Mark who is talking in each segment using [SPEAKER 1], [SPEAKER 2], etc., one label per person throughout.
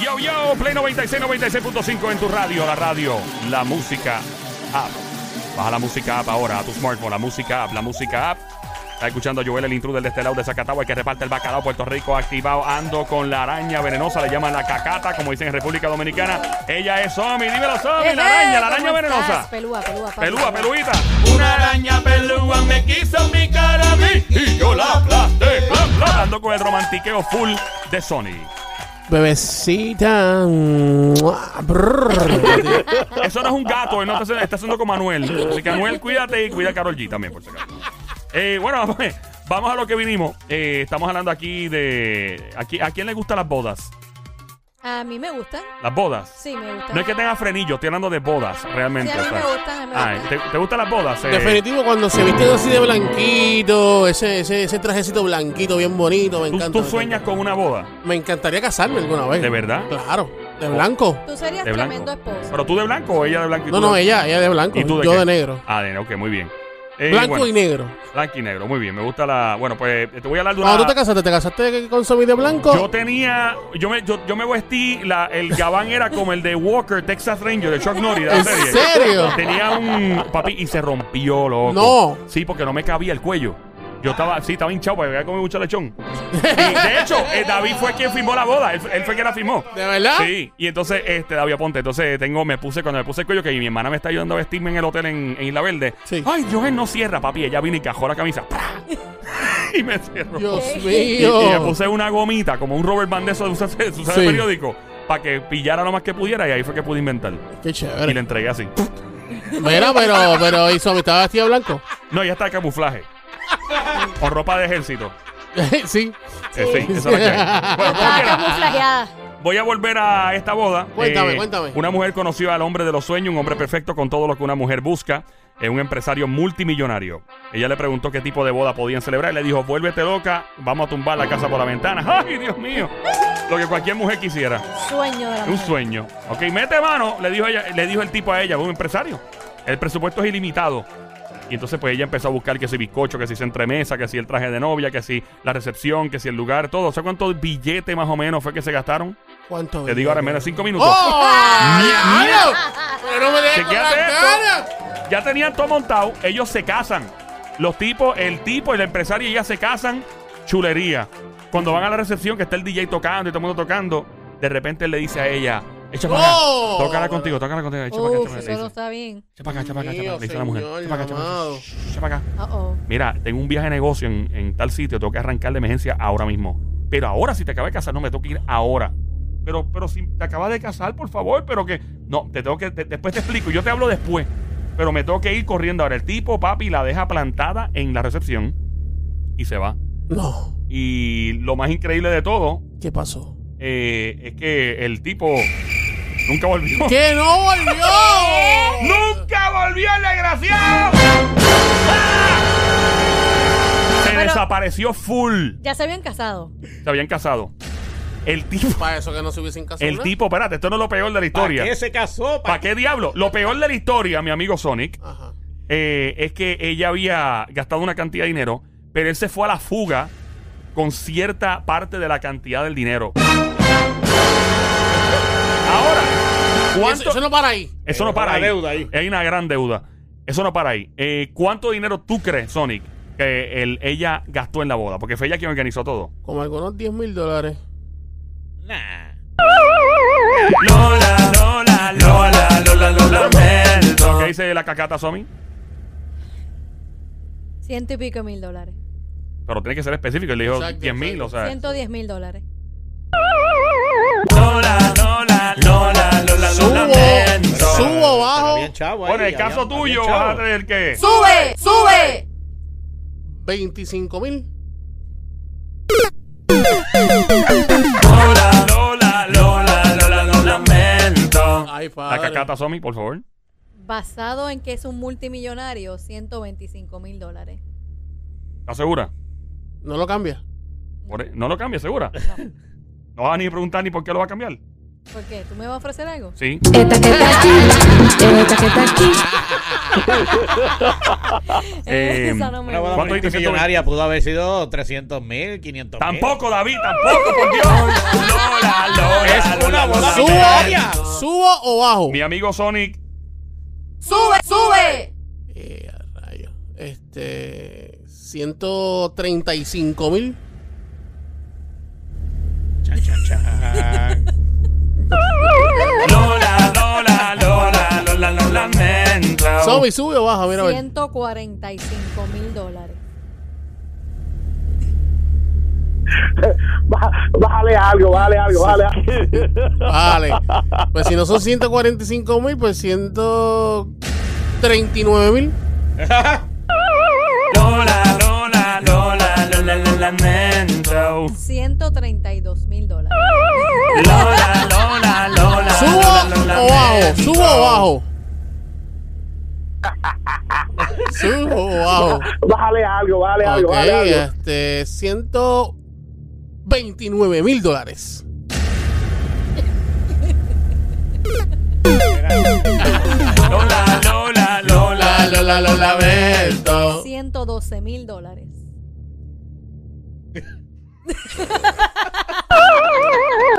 [SPEAKER 1] Yo, yo, Play 96, 96.5 en tu radio, la radio, la música app. Baja la música app ahora a tu smartphone, la música app, la música app. Está escuchando a Joel, el intruder de este lado de Zacatau, el que reparte el bacalao Puerto Rico activado. Ando con la araña venenosa, le llaman la cacata, como dicen en República Dominicana. Ella es Somi, dímelo Somi, la araña, la araña venenosa.
[SPEAKER 2] Pelúa, pelúa, papi,
[SPEAKER 1] Pelúa, peluita.
[SPEAKER 3] Una araña pelúa me quiso mi cara a mí y yo la aplasté.
[SPEAKER 1] Bla, bla. Ando con el romantiqueo full de Sony.
[SPEAKER 4] Bebecita. mua, brr.
[SPEAKER 1] Eso no es un gato, él no está haciendo, está haciendo como Manuel. Así que Manuel, cuídate y cuida a Carol G también, por si acaso. Eh, bueno, vamos, vamos a lo que vinimos. Eh, estamos hablando aquí de. Aquí, ¿A quién le gustan las bodas?
[SPEAKER 2] A mí me gustan.
[SPEAKER 1] Las bodas.
[SPEAKER 2] Sí, me gustan.
[SPEAKER 1] No es que tenga frenillo, estoy hablando de bodas, realmente.
[SPEAKER 2] Sí, a mí
[SPEAKER 1] o sea.
[SPEAKER 2] me gustan, a mí me
[SPEAKER 1] Ay,
[SPEAKER 2] gustan.
[SPEAKER 1] ¿te, te gustan las bodas? Eh,
[SPEAKER 4] Definitivo, cuando se visten así de blanquito, ese, ese, ese trajecito blanquito bien bonito, me
[SPEAKER 1] ¿tú,
[SPEAKER 4] encanta.
[SPEAKER 1] tú
[SPEAKER 4] me
[SPEAKER 1] sueñas
[SPEAKER 4] encanta.
[SPEAKER 1] con una boda?
[SPEAKER 4] Me encantaría casarme alguna vez.
[SPEAKER 1] ¿De verdad?
[SPEAKER 4] Claro, de blanco.
[SPEAKER 2] Tú serías
[SPEAKER 1] De
[SPEAKER 2] tremendo
[SPEAKER 1] blanco.
[SPEAKER 2] esposo.
[SPEAKER 1] ¿Pero tú de blanco o ella de blanco? y
[SPEAKER 4] No,
[SPEAKER 1] tú
[SPEAKER 4] no,
[SPEAKER 1] de-
[SPEAKER 4] ella, ella de blanco,
[SPEAKER 1] ¿Y tú de
[SPEAKER 4] yo
[SPEAKER 1] qué?
[SPEAKER 4] de negro.
[SPEAKER 1] Ah, de, ok, muy bien. Eh,
[SPEAKER 4] Blanco
[SPEAKER 1] bueno,
[SPEAKER 4] y negro.
[SPEAKER 1] Blanco y negro, muy bien. Me gusta la. Bueno, pues te voy a hablar de una.
[SPEAKER 4] Cuando tú te casaste, ¿te casaste con Somi de blanco?
[SPEAKER 1] Yo tenía, yo me, yo, yo me vestí, la, el gabán era como el de Walker, Texas Ranger, de Chuck Norris. de la
[SPEAKER 4] ¿En
[SPEAKER 1] serie.
[SPEAKER 4] serio?
[SPEAKER 1] Tenía un papi y se rompió, loco.
[SPEAKER 4] No.
[SPEAKER 1] Sí, porque no me cabía el cuello. Yo estaba, sí, estaba hinchado porque había comido mucho lechón. Y, de hecho, eh, David fue quien firmó la boda. Él, él fue quien la firmó.
[SPEAKER 4] ¿De verdad?
[SPEAKER 1] Sí, y entonces, este, David Aponte, entonces tengo, me puse, cuando me puse el cuello, que mi hermana me está ayudando a vestirme en el hotel en, en Isla Verde.
[SPEAKER 4] Sí.
[SPEAKER 1] Ay, Joel no cierra, papi. Ella vino y cajó la camisa. ¡Pra! y me cerró.
[SPEAKER 4] Dios mío.
[SPEAKER 1] Y, y le puse una gomita, como un Robert Band de esos de usar, de usar
[SPEAKER 4] Sí.
[SPEAKER 1] el periódico, para que pillara lo más que pudiera y ahí fue que pude inventar.
[SPEAKER 4] Qué
[SPEAKER 1] Y le
[SPEAKER 4] chévere.
[SPEAKER 1] entregué así.
[SPEAKER 4] Mira, pero, pero, ¿y Somi estaba vestida de blanco?
[SPEAKER 1] No, ya está el camuflaje. Con ropa de ejército.
[SPEAKER 4] sí.
[SPEAKER 1] Eh, sí, esa es la que hay. Bueno, como
[SPEAKER 2] Estaba
[SPEAKER 1] quiera,
[SPEAKER 2] camuflajeada.
[SPEAKER 1] voy a volver a esta boda. Eh,
[SPEAKER 4] Cuéntame, cuéntame.
[SPEAKER 1] Una mujer conoció al hombre de los sueños, un hombre perfecto con todo lo que una mujer busca. Es un empresario multimillonario. Ella le preguntó qué tipo de boda podían celebrar. Le dijo, vuélvete loca, vamos a tumbar la casa por la ventana. ¡Ay, Dios mío! Lo que cualquier mujer quisiera.
[SPEAKER 2] Sueño de la
[SPEAKER 1] Un
[SPEAKER 2] mujer.
[SPEAKER 1] sueño. Ok, mete mano, le dijo, ella, le dijo el tipo a ella, un empresario. El presupuesto es ilimitado. Y entonces pues ella empezó a buscar que si bizcocho, que si se entremesa, que si el traje de novia, que si la recepción, que si el lugar, todo. ¿Sabes cuántos billetes más o menos fue que se gastaron?
[SPEAKER 4] ¿Cuánto?
[SPEAKER 1] Te digo ahora en menos de cinco minutos.
[SPEAKER 4] ¡Oh! ¡Diablo!
[SPEAKER 2] Ah,
[SPEAKER 4] ¡Pero no me dejes con la
[SPEAKER 1] Chequéate ¡Ah! esto.
[SPEAKER 4] cara!
[SPEAKER 1] Ya tenían todo montado, ellos se casan. Los tipos, el tipo, el empresario, ya se casan, chulería. Cuando van a la recepción, que está el DJ tocando y todo el mundo tocando, de repente él le dice a ella, echa para acá,
[SPEAKER 4] ¡Oh!
[SPEAKER 1] tócala contigo, tócala contigo, echa para acá, echa
[SPEAKER 2] Uf,
[SPEAKER 1] para acá",
[SPEAKER 2] eso
[SPEAKER 1] le
[SPEAKER 2] no
[SPEAKER 1] dice.
[SPEAKER 2] está bien.
[SPEAKER 1] Echa para acá, echa para acá, echa para acá,
[SPEAKER 4] Mío,
[SPEAKER 1] le dice la mujer.
[SPEAKER 4] señor,
[SPEAKER 1] Echa para acá, echa para acá,
[SPEAKER 4] amado.
[SPEAKER 1] shh, echa para acá.
[SPEAKER 2] Oh, oh.
[SPEAKER 1] Mira, tengo un viaje de negocio en, en tal sitio, tengo que arrancar de emergencia ahora mismo. Pero ahora, si te acabas de casar, no me tengo que ir ahora. Pero, pero si te acabas de casar, por favor, pero que. No, te tengo que. te- después te explico, yo te hablo después. Pero me tengo que ir corriendo ahora. El tipo, papi, la deja plantada en la recepción y se va.
[SPEAKER 4] No,
[SPEAKER 1] Y lo más increíble de todo
[SPEAKER 4] ¿qué pasó?
[SPEAKER 1] eh, es que el tipo nunca volvió.
[SPEAKER 4] ¡Que no volvió!
[SPEAKER 1] ¡Nunca volvió el desgraciado! ¡Ah! Se
[SPEAKER 2] Pero-
[SPEAKER 1] desapareció full.
[SPEAKER 2] Ya se habían casado.
[SPEAKER 1] Se habían casado. El tipo.
[SPEAKER 4] Para eso que no se hubiesen casado.
[SPEAKER 1] El tipo, espérate, esto no es lo peor de la
[SPEAKER 3] ¿Para
[SPEAKER 1] historia.
[SPEAKER 3] qué se casó?
[SPEAKER 1] ¿Para qué diablo? Lo peor de la historia, mi amigo Sonic,
[SPEAKER 4] Ajá.
[SPEAKER 1] eh, es que ella había gastado una cantidad de dinero, pero él se fue a la fuga con cierta parte de la cantidad del dinero. Ahora, ¿cuánto?
[SPEAKER 4] Eso, eso no para ahí.
[SPEAKER 1] Eso no
[SPEAKER 3] Eh, Hay
[SPEAKER 1] para
[SPEAKER 3] una
[SPEAKER 1] ahí.
[SPEAKER 3] deuda ahí.
[SPEAKER 1] Hay una gran deuda. Eso no para ahí. Eh, ¿Cuánto dinero tú crees, Sonic, que el- ella gastó en la boda? Porque fue ella quien organizó todo.
[SPEAKER 4] Como algunos 10 mil dólares.
[SPEAKER 3] Nah.
[SPEAKER 1] Lola, Lola, Lola, Lola, Lola, ¿Qué dice la cacata, Somi?
[SPEAKER 2] Ciento y pico mil dólares.
[SPEAKER 1] Pero tiene que ser específico. Él le dijo
[SPEAKER 4] Exacto,
[SPEAKER 1] 10 mil, o sea.
[SPEAKER 2] Ciento diez mil dólares.
[SPEAKER 1] Lola, Lola, Lola, Lola,
[SPEAKER 4] Subo, subo,
[SPEAKER 3] Pero
[SPEAKER 4] bajo.
[SPEAKER 3] bien chavo ahí,
[SPEAKER 1] Bueno, el
[SPEAKER 3] había-
[SPEAKER 1] caso
[SPEAKER 3] había
[SPEAKER 1] tuyo,
[SPEAKER 3] chavo.
[SPEAKER 1] vas a tener que.
[SPEAKER 2] ¡Sube! ¡Sube!
[SPEAKER 4] 25 mil.
[SPEAKER 1] Lola, Lola, Lola, Lola, lo lamento.
[SPEAKER 4] Ay, padre.
[SPEAKER 1] La cacata, Somi, por favor.
[SPEAKER 2] Basado en que es un multimillonario, 125 mil dólares.
[SPEAKER 1] ¿Estás segura?
[SPEAKER 4] No lo cambia.
[SPEAKER 1] Por- e- No lo cambies, segura.
[SPEAKER 2] No.
[SPEAKER 1] No vas a ni preguntar ni por qué lo va a cambiar.
[SPEAKER 2] ¿Por qué? ¿Tú me vas a ofrecer algo?
[SPEAKER 1] Sí.
[SPEAKER 5] Esta que está aquí, esta que está aquí.
[SPEAKER 1] Eh,
[SPEAKER 2] Esa no me
[SPEAKER 6] Una boda
[SPEAKER 2] gusta.
[SPEAKER 1] ¿Cuánto dijiste?
[SPEAKER 6] multimillonaria pudo haber sido 300 mil, 500 mil.
[SPEAKER 1] Tampoco, David, tampoco, por Dios. Lola, Lola,
[SPEAKER 6] Es
[SPEAKER 1] Lola, Lola,
[SPEAKER 6] una
[SPEAKER 1] Lola.
[SPEAKER 6] boda millonaria.
[SPEAKER 4] ¿Subo, ¿Subo o bajo?
[SPEAKER 1] Mi amigo Sonic,
[SPEAKER 2] ¡Sube, sube!
[SPEAKER 4] Eh, a rayos. Este. 135 mil.
[SPEAKER 6] Chan, chan, chan.
[SPEAKER 1] Lola, Lola, Lola, Lola, lo lamento.
[SPEAKER 4] Sobi, sube o baja, mira a ver.
[SPEAKER 2] 145 mil dólares.
[SPEAKER 7] Baja- Bájale algo, bájale algo, bájale algo.
[SPEAKER 4] Vale. Pues si no son 145 mil, pues 139 mil.
[SPEAKER 1] Lola, Lola, Lola, Lola, lo lamento.
[SPEAKER 2] 132 mil dólares.
[SPEAKER 1] Lola, Lola, Lola.
[SPEAKER 4] ¿Subo o bajo? ¿Subo o bajo? ¿Subo o bajo?
[SPEAKER 7] Bájale algo, bájale algo,
[SPEAKER 4] Ok,
[SPEAKER 7] bájale algo.
[SPEAKER 4] este, 129 mil dólares.
[SPEAKER 1] Lola, Lola, Lola.
[SPEAKER 4] Lola, lo lamento.
[SPEAKER 2] 112 mil dólares.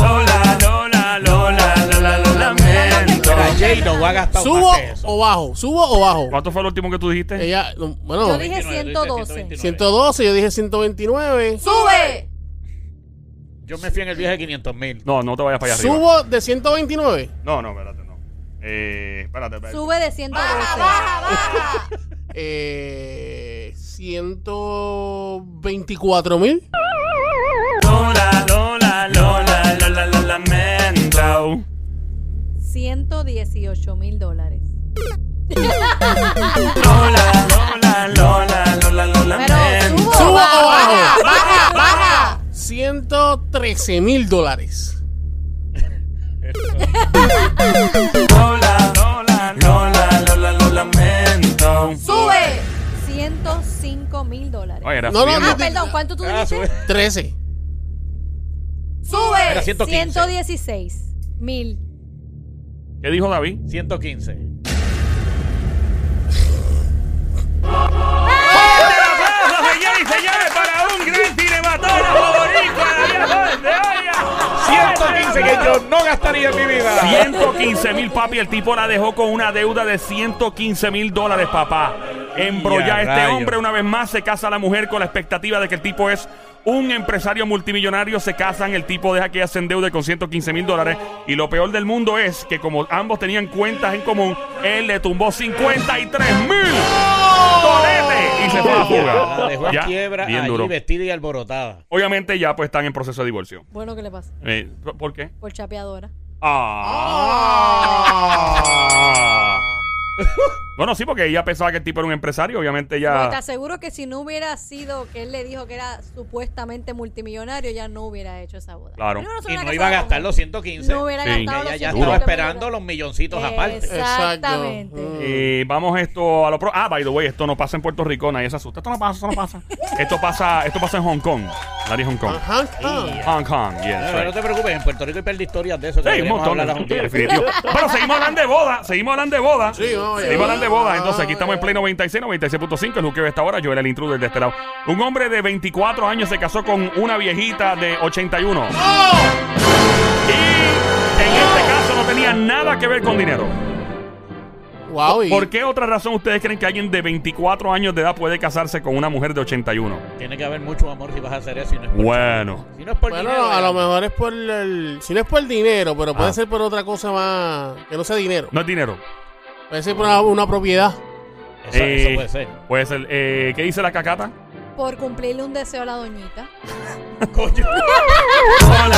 [SPEAKER 1] Lola, Lola, Lola, Lola, lo lamento.
[SPEAKER 6] Mira, Jay no va a gastar
[SPEAKER 4] ¿Subo
[SPEAKER 6] más que eso.
[SPEAKER 4] o bajo? ¿Subo o bajo?
[SPEAKER 1] ¿Cuánto fue el último que tú dijiste?
[SPEAKER 4] Ella, no,
[SPEAKER 2] Yo
[SPEAKER 4] bueno,
[SPEAKER 2] dije 112.
[SPEAKER 4] 112, yo dije 129.
[SPEAKER 2] ¡Sube!
[SPEAKER 6] Yo me fui en el viaje de 500 mil.
[SPEAKER 1] No, no te vayas para allá arriba.
[SPEAKER 4] ¿Subo de 129?
[SPEAKER 1] No, no, espérate, no. Eh, espérate, espérate.
[SPEAKER 2] Sube de 112.
[SPEAKER 4] Eh, 124 mil.
[SPEAKER 1] Lola, Lola, Lola, Lola, lo lamento.
[SPEAKER 2] 118 mil dólares.
[SPEAKER 1] Lola, Lola, Lola, Lola, lo
[SPEAKER 2] Pero
[SPEAKER 1] lamento.
[SPEAKER 2] subo.
[SPEAKER 4] ¿Subo o bajo?
[SPEAKER 2] baja, baja.
[SPEAKER 4] 113 mil dólares.
[SPEAKER 1] Lola, Lola, Lola, Lola, lo lamento.
[SPEAKER 2] Sube. 105 mil dólares.
[SPEAKER 1] Oye, era
[SPEAKER 4] No, no,
[SPEAKER 2] Ah,
[SPEAKER 1] friendo.
[SPEAKER 4] no.
[SPEAKER 2] perdón, ¿cuánto tú
[SPEAKER 6] Ah,
[SPEAKER 2] dijiste?
[SPEAKER 6] sube.
[SPEAKER 4] 13.
[SPEAKER 2] Sube.
[SPEAKER 6] Era 115.
[SPEAKER 2] 116 mil.
[SPEAKER 1] ¿Qué dijo David?
[SPEAKER 6] 115.
[SPEAKER 1] ¡Aplausos, señores y señores, para un gran cinematógrafo boricua!
[SPEAKER 6] 115 que yo no gastaría en mi vida.
[SPEAKER 1] 115 mil, papi. El tipo la dejó con una deuda de 115 mil dólares, papá. Embrolla
[SPEAKER 6] Ya,
[SPEAKER 1] este
[SPEAKER 6] rayos.
[SPEAKER 1] hombre una vez más. Se casa la mujer con la expectativa de que el tipo es un empresario multimillonario. Se casan, el tipo deja que ella se endeude con 115 mil dólares. Y lo peor del mundo es que, como ambos tenían cuentas en común, él le tumbó 53 mil dólares y se fue a la
[SPEAKER 6] La dejó
[SPEAKER 1] fuga.
[SPEAKER 6] en
[SPEAKER 1] Ya,
[SPEAKER 6] quiebra
[SPEAKER 1] bien
[SPEAKER 6] allí
[SPEAKER 1] duro.
[SPEAKER 6] vestida y alborotada.
[SPEAKER 1] Obviamente, ya pues están en proceso de divorcio.
[SPEAKER 2] Bueno, ¿qué le pasa?
[SPEAKER 1] Eh, ¿Por qué?
[SPEAKER 2] Por chapeadora.
[SPEAKER 1] Ah. bueno, sí, porque ella pensaba que el tipo era un empresario, obviamente
[SPEAKER 2] Pero te
[SPEAKER 1] ella.
[SPEAKER 2] aseguro que si no hubiera sido que él le dijo que era supuestamente multimillonario, ya no hubiera hecho esa boda.
[SPEAKER 1] Claro.
[SPEAKER 2] Primero, se
[SPEAKER 6] Y
[SPEAKER 2] hubiera
[SPEAKER 6] no iba a
[SPEAKER 2] casado
[SPEAKER 6] gastar
[SPEAKER 2] con
[SPEAKER 6] los
[SPEAKER 2] él.
[SPEAKER 6] 115.
[SPEAKER 2] No hubiera
[SPEAKER 1] Sí.
[SPEAKER 6] Que
[SPEAKER 2] gastado los
[SPEAKER 6] Ella ya
[SPEAKER 2] 115
[SPEAKER 6] estaba
[SPEAKER 1] Duro.
[SPEAKER 6] esperando los milloncitos aparte.
[SPEAKER 2] Exactamente.
[SPEAKER 4] Exacto. Mm.
[SPEAKER 1] Eh, vamos esto a lo pro. Ah, by the way, esto no pasa en Puerto Rico, nadie se asusta. Esto no pasa, esto no pasa. esto pasa, esto pasa en Hong Kong. Larry Hong Kong.
[SPEAKER 4] Ajá, ajá.
[SPEAKER 1] Hong Kong,
[SPEAKER 6] No,
[SPEAKER 1] yes.
[SPEAKER 6] pero no
[SPEAKER 1] right.
[SPEAKER 6] te preocupes, en Puerto Rico hay par de historias de eso.
[SPEAKER 1] Sí,
[SPEAKER 6] que
[SPEAKER 1] un
[SPEAKER 6] deberíamos
[SPEAKER 1] montón.
[SPEAKER 6] hablarlas
[SPEAKER 1] de-
[SPEAKER 6] un día.
[SPEAKER 1] definitivo. Pero seguimos hablando de boda, seguimos hablando de boda.
[SPEAKER 4] Sí, vamos Ah, allá.
[SPEAKER 1] Seguimos hablando de boda. Entonces, aquí estamos en Play 96, 96.5. El juqueo de esta hora. Yo era el intruder de este lado. Un hombre de 24 años se casó con una viejita de 81. Y en este caso no tenía nada que ver con dinero.
[SPEAKER 4] Wow, y
[SPEAKER 1] ¿Por qué otra razón ustedes creen que alguien de 24 años de edad puede casarse con una mujer de 81?
[SPEAKER 6] Tiene que haber mucho amor si vas a hacer eso. Y no es por,
[SPEAKER 1] Bueno.
[SPEAKER 6] si no es por
[SPEAKER 4] bueno,
[SPEAKER 6] dinero,
[SPEAKER 4] a
[SPEAKER 6] eh,
[SPEAKER 4] lo mejor es por el. Si no es por el dinero, pero puede
[SPEAKER 1] Ah.
[SPEAKER 4] ser por otra cosa más. Que no sea dinero.
[SPEAKER 1] No es dinero.
[SPEAKER 4] Puede ser por una, una propiedad.
[SPEAKER 6] Eso, eso
[SPEAKER 1] Eh,
[SPEAKER 6] puede ser.
[SPEAKER 1] Puede ser. eh, ¿Qué dice la cacata?
[SPEAKER 2] Por cumplirle un deseo a la doñita.
[SPEAKER 6] Coño.
[SPEAKER 1] Ah.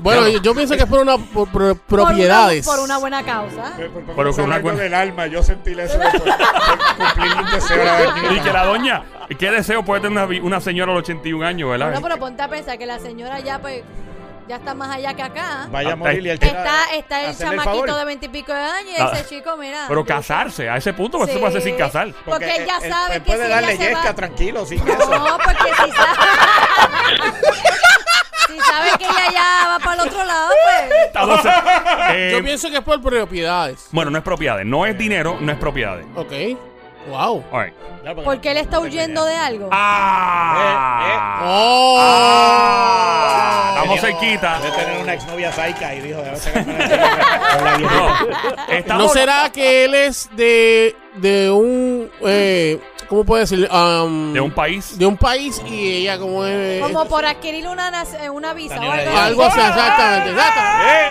[SPEAKER 4] Bueno, yo, yo pienso que es por una por- por propiedades.
[SPEAKER 2] Por una, por una buena causa.
[SPEAKER 1] Pero con una buena-
[SPEAKER 8] del alma, yo sentí eso de por- por cumplir un deseo. de la
[SPEAKER 1] Y
[SPEAKER 8] vida.
[SPEAKER 1] que la doña, ¿qué deseo puede tener una, vi- una señora a los 81 años, verdad?
[SPEAKER 2] Bueno, pero ponte a pensar que la señora ya pues ya está más allá que acá.
[SPEAKER 6] Vaya a morir y el que-
[SPEAKER 2] Está, está el
[SPEAKER 6] hacerle
[SPEAKER 2] chamaquito
[SPEAKER 6] favor.
[SPEAKER 2] de veintipico de años y
[SPEAKER 1] Ah.
[SPEAKER 2] ese chico, mira.
[SPEAKER 1] Pero casarse, a ese punto, pues se
[SPEAKER 2] Sí.
[SPEAKER 1] puede hacer sin casar.
[SPEAKER 2] Porque él ya sabe que
[SPEAKER 8] puede
[SPEAKER 2] si
[SPEAKER 8] darle
[SPEAKER 2] ella se
[SPEAKER 8] yesca
[SPEAKER 2] va-
[SPEAKER 8] tranquilo, sin
[SPEAKER 2] No,
[SPEAKER 8] eso.
[SPEAKER 2] porque si sabe, si sabe que ella pues.
[SPEAKER 4] pienso que es por propiedades.
[SPEAKER 1] Eh, Bueno, no es propiedades. No es dinero, no es propiedades.
[SPEAKER 4] Ok. Wow.
[SPEAKER 1] All right.
[SPEAKER 6] No, porque
[SPEAKER 2] Porque
[SPEAKER 6] no-
[SPEAKER 2] él está
[SPEAKER 6] no
[SPEAKER 2] huyendo de algo.
[SPEAKER 1] ¡Ah!
[SPEAKER 4] Oh.
[SPEAKER 1] ¡Ah! Estamos
[SPEAKER 6] Tenía-
[SPEAKER 1] cerquita.
[SPEAKER 6] Debe tener una exnovia saica y dijo, "Déjame sacarme la mierda con la
[SPEAKER 1] No.
[SPEAKER 6] viejita".
[SPEAKER 1] Estamos-
[SPEAKER 4] ¿No será que él es de, de un. Eh, ¿Cómo puedo decir? Am,
[SPEAKER 1] De un país.
[SPEAKER 4] de un país y ella, como
[SPEAKER 1] eh,
[SPEAKER 4] es. eh,
[SPEAKER 2] Como por adquirir una, nac- una visa o
[SPEAKER 6] Daniela,
[SPEAKER 2] algo
[SPEAKER 6] ya.
[SPEAKER 4] Algo así, exactamente. exactamente.
[SPEAKER 1] Eh,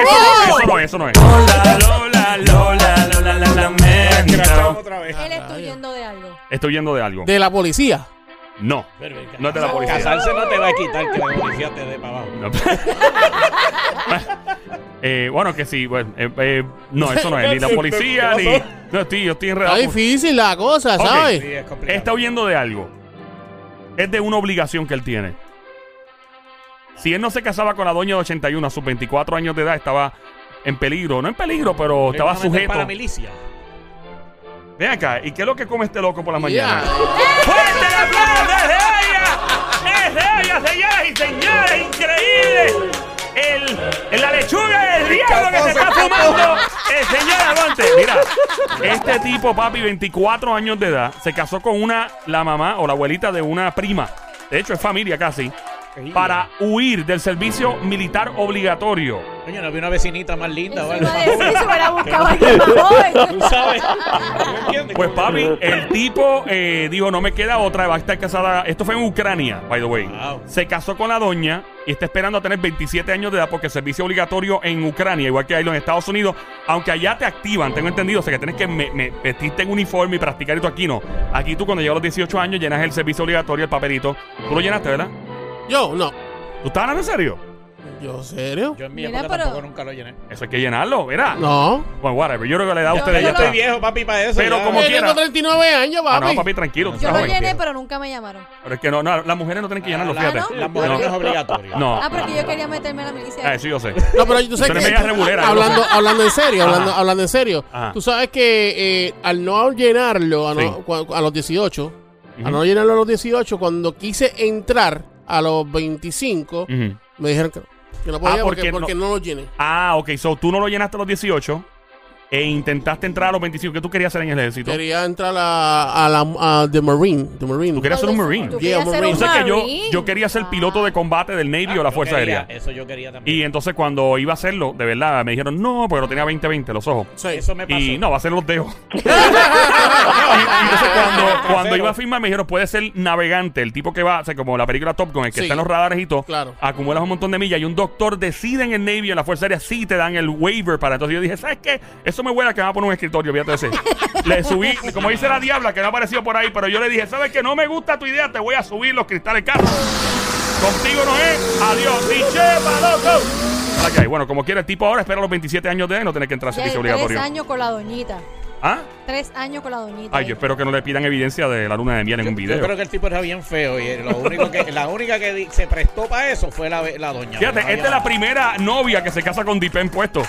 [SPEAKER 1] Eso, no, eso no es, eso no es.
[SPEAKER 3] Lola, Lola, Lola, Lola, la
[SPEAKER 8] Crachamos
[SPEAKER 3] lamento.
[SPEAKER 8] otra vez.
[SPEAKER 2] Él está huyendo de algo.
[SPEAKER 1] Estoy yendo de algo.
[SPEAKER 4] De la policía.
[SPEAKER 1] No.
[SPEAKER 6] Pero, eh,
[SPEAKER 1] No es de la policía.
[SPEAKER 6] Casarse no te va a quitar que la policía te dé para abajo.
[SPEAKER 1] No. Eh, bueno, que sí, bueno, eh, eh, no, eso no es, ni la policía, ni... No, estoy, yo estoy
[SPEAKER 4] Está
[SPEAKER 1] enredado.
[SPEAKER 4] difícil la cosa,
[SPEAKER 1] Ok.
[SPEAKER 4] ¿sabes?
[SPEAKER 6] Sí, es complicado.
[SPEAKER 1] Está huyendo de algo. Es de una obligación que él tiene. Si él no se casaba con la doña de 81 a sus 24 años de edad, estaba en peligro. No en peligro, pero estaba
[SPEAKER 6] Seguramente
[SPEAKER 1] sujeto.
[SPEAKER 6] Para milicia.
[SPEAKER 1] Ven acá, ¿y qué es lo que come este loco por la
[SPEAKER 4] Yeah.
[SPEAKER 1] mañana? ¡Fuerte el aplauso! ¡Es ella! ¡Es ella, señoras y señores! ¡Increíble! El, el- la lechuga del diablo que se está fumando el señor Agonte. Mira, este tipo, papi, 24 años de edad, se casó con una, la mamá o la abuelita de una prima. De hecho, es familia casi. Para huir del servicio militar obligatorio.
[SPEAKER 6] Coño, no vi una vecinita más linda o
[SPEAKER 2] Eso
[SPEAKER 6] algo.
[SPEAKER 2] iba a decir, se hubiera buscado a alguien más joven.
[SPEAKER 6] Tú
[SPEAKER 1] Ah,
[SPEAKER 6] sabes. ¿No entiendes?
[SPEAKER 1] Pues papi, el tipo eh, dijo, no me queda otra, va a estar casada. Esto fue en Ucrania, by the way.
[SPEAKER 6] Wow.
[SPEAKER 1] Se casó con la doña y está esperando a tener 27 años de edad porque el servicio obligatorio en Ucrania, igual que ahí en los Estados Unidos, aunque allá te activan, tengo entendido, o sea que tienes que me, me- vestirte en uniforme y practicar y tú aquí no. Aquí tú cuando llegas a los 18 años llenas el servicio obligatorio, el papelito. Tú lo llenaste, ¿verdad?
[SPEAKER 4] Yo, no.
[SPEAKER 1] ¿Tú estás hablando en serio?
[SPEAKER 4] ¿Yo serio?
[SPEAKER 6] Yo en mi
[SPEAKER 2] Mira,
[SPEAKER 6] época
[SPEAKER 2] pero-
[SPEAKER 6] tampoco nunca lo llené.
[SPEAKER 1] Eso hay que llenarlo, ¿verdad?
[SPEAKER 4] No.
[SPEAKER 1] Bueno, whatever, yo creo que la edad a
[SPEAKER 2] Yo- yo
[SPEAKER 1] ustedes ya
[SPEAKER 2] lo
[SPEAKER 1] está.
[SPEAKER 6] Estoy viejo, papi, para eso.
[SPEAKER 1] Pero
[SPEAKER 6] ya.
[SPEAKER 1] como
[SPEAKER 4] Yo
[SPEAKER 1] quiera.
[SPEAKER 4] tengo 39 años,
[SPEAKER 1] Ah,
[SPEAKER 4] papi.
[SPEAKER 1] no, papi, tranquilo.
[SPEAKER 2] Yo
[SPEAKER 1] tú estás
[SPEAKER 2] lo
[SPEAKER 1] joven.
[SPEAKER 2] llené, pero nunca me llamaron.
[SPEAKER 1] Pero es que no, no, las mujeres no tienen que llenarlo,
[SPEAKER 6] Ah,
[SPEAKER 1] fíjate.
[SPEAKER 6] la- Las
[SPEAKER 1] No.
[SPEAKER 6] mujeres no es obligatorio.
[SPEAKER 1] No.
[SPEAKER 2] Ah, porque yo quería meterme a la milicia.
[SPEAKER 1] Ah, eso yo sé.
[SPEAKER 4] No, pero tú sabes
[SPEAKER 1] Pero
[SPEAKER 4] que-
[SPEAKER 1] media regulera,
[SPEAKER 4] hablando,
[SPEAKER 1] ¿no?
[SPEAKER 4] hablando en serio,
[SPEAKER 1] Ajá.
[SPEAKER 4] hablando, hablando en serio.
[SPEAKER 1] Ajá.
[SPEAKER 4] Tú sabes que eh, al no llenarlo, a, no-
[SPEAKER 1] Sí.
[SPEAKER 4] cua- a los 18,
[SPEAKER 1] Ujú.
[SPEAKER 4] a no llenarlo a los 18, cuando quise entrar a los 25,
[SPEAKER 1] Ujú.
[SPEAKER 4] me dijeron que no, que no podía
[SPEAKER 1] Ah,
[SPEAKER 4] porque,
[SPEAKER 1] porque
[SPEAKER 4] porque,
[SPEAKER 1] no-
[SPEAKER 4] no, lo llené.
[SPEAKER 1] Ah, ok. So, tú no lo llenaste a los 18 e intentaste entrar a los 25. ¿Qué tú querías hacer en el ejército?
[SPEAKER 4] Quería entrar a, a la a The Marine. The Marine.
[SPEAKER 1] Tú querías ser un Marine.
[SPEAKER 2] Tú
[SPEAKER 1] Tú
[SPEAKER 2] querías
[SPEAKER 4] Yeah,
[SPEAKER 2] ser
[SPEAKER 4] Marine.
[SPEAKER 2] un
[SPEAKER 4] O
[SPEAKER 1] sabes que yo,
[SPEAKER 2] Marine.
[SPEAKER 1] yo quería ser piloto de combate del Navy o la
[SPEAKER 6] Ah, Yo
[SPEAKER 1] Fuerza
[SPEAKER 6] quería,
[SPEAKER 1] Aérea.
[SPEAKER 6] Eso yo quería también.
[SPEAKER 1] Y entonces cuando iba a hacerlo, de verdad, me dijeron, no, pero tenía 20-20 los ojos.
[SPEAKER 4] Sí.
[SPEAKER 6] Eso me pasó.
[SPEAKER 1] Y no, va a ser los dedos. Y- y entonces cuando, cuando iba a firmar me dijeron, puede ser navegante, el tipo que va, o sea, como la película Top Gun, el que
[SPEAKER 4] Sí.
[SPEAKER 1] está en los radares y todo,
[SPEAKER 4] Claro.
[SPEAKER 1] acumulas un montón de millas y un doctor decide en el Navy, en la Fuerza Aérea, sí te dan el waiver para. Entonces yo dije, ¿sabes qué? Eso me huele a que me va a poner un escritorio, fíjate ese. le subí, como dice la diabla, que no apareció por ahí, pero yo le dije, ¿sabes qué? No me gusta tu idea, te voy a subir los cristales carros. Contigo no es, adiós, y chepa, loco. Ok, bueno, como quiera, el tipo ahora espera los 27 años de edad y no tiene que entrar al
[SPEAKER 2] Ya,
[SPEAKER 1] servicio
[SPEAKER 2] Tres
[SPEAKER 1] obligatorio.
[SPEAKER 2] años con la doñita.
[SPEAKER 1] ¿Ah?
[SPEAKER 2] Tres años con la doñita.
[SPEAKER 1] Ay, yo espero que no le pidan evidencia de la luna de miel en un
[SPEAKER 6] Yo creo
[SPEAKER 1] video.
[SPEAKER 6] que el tipo era bien feo y lo único que, la única que di- se prestó para eso fue la, la doña.
[SPEAKER 1] Fíjate,
[SPEAKER 6] No había-
[SPEAKER 1] esta es la primera novia que se casa con Dipen puesto.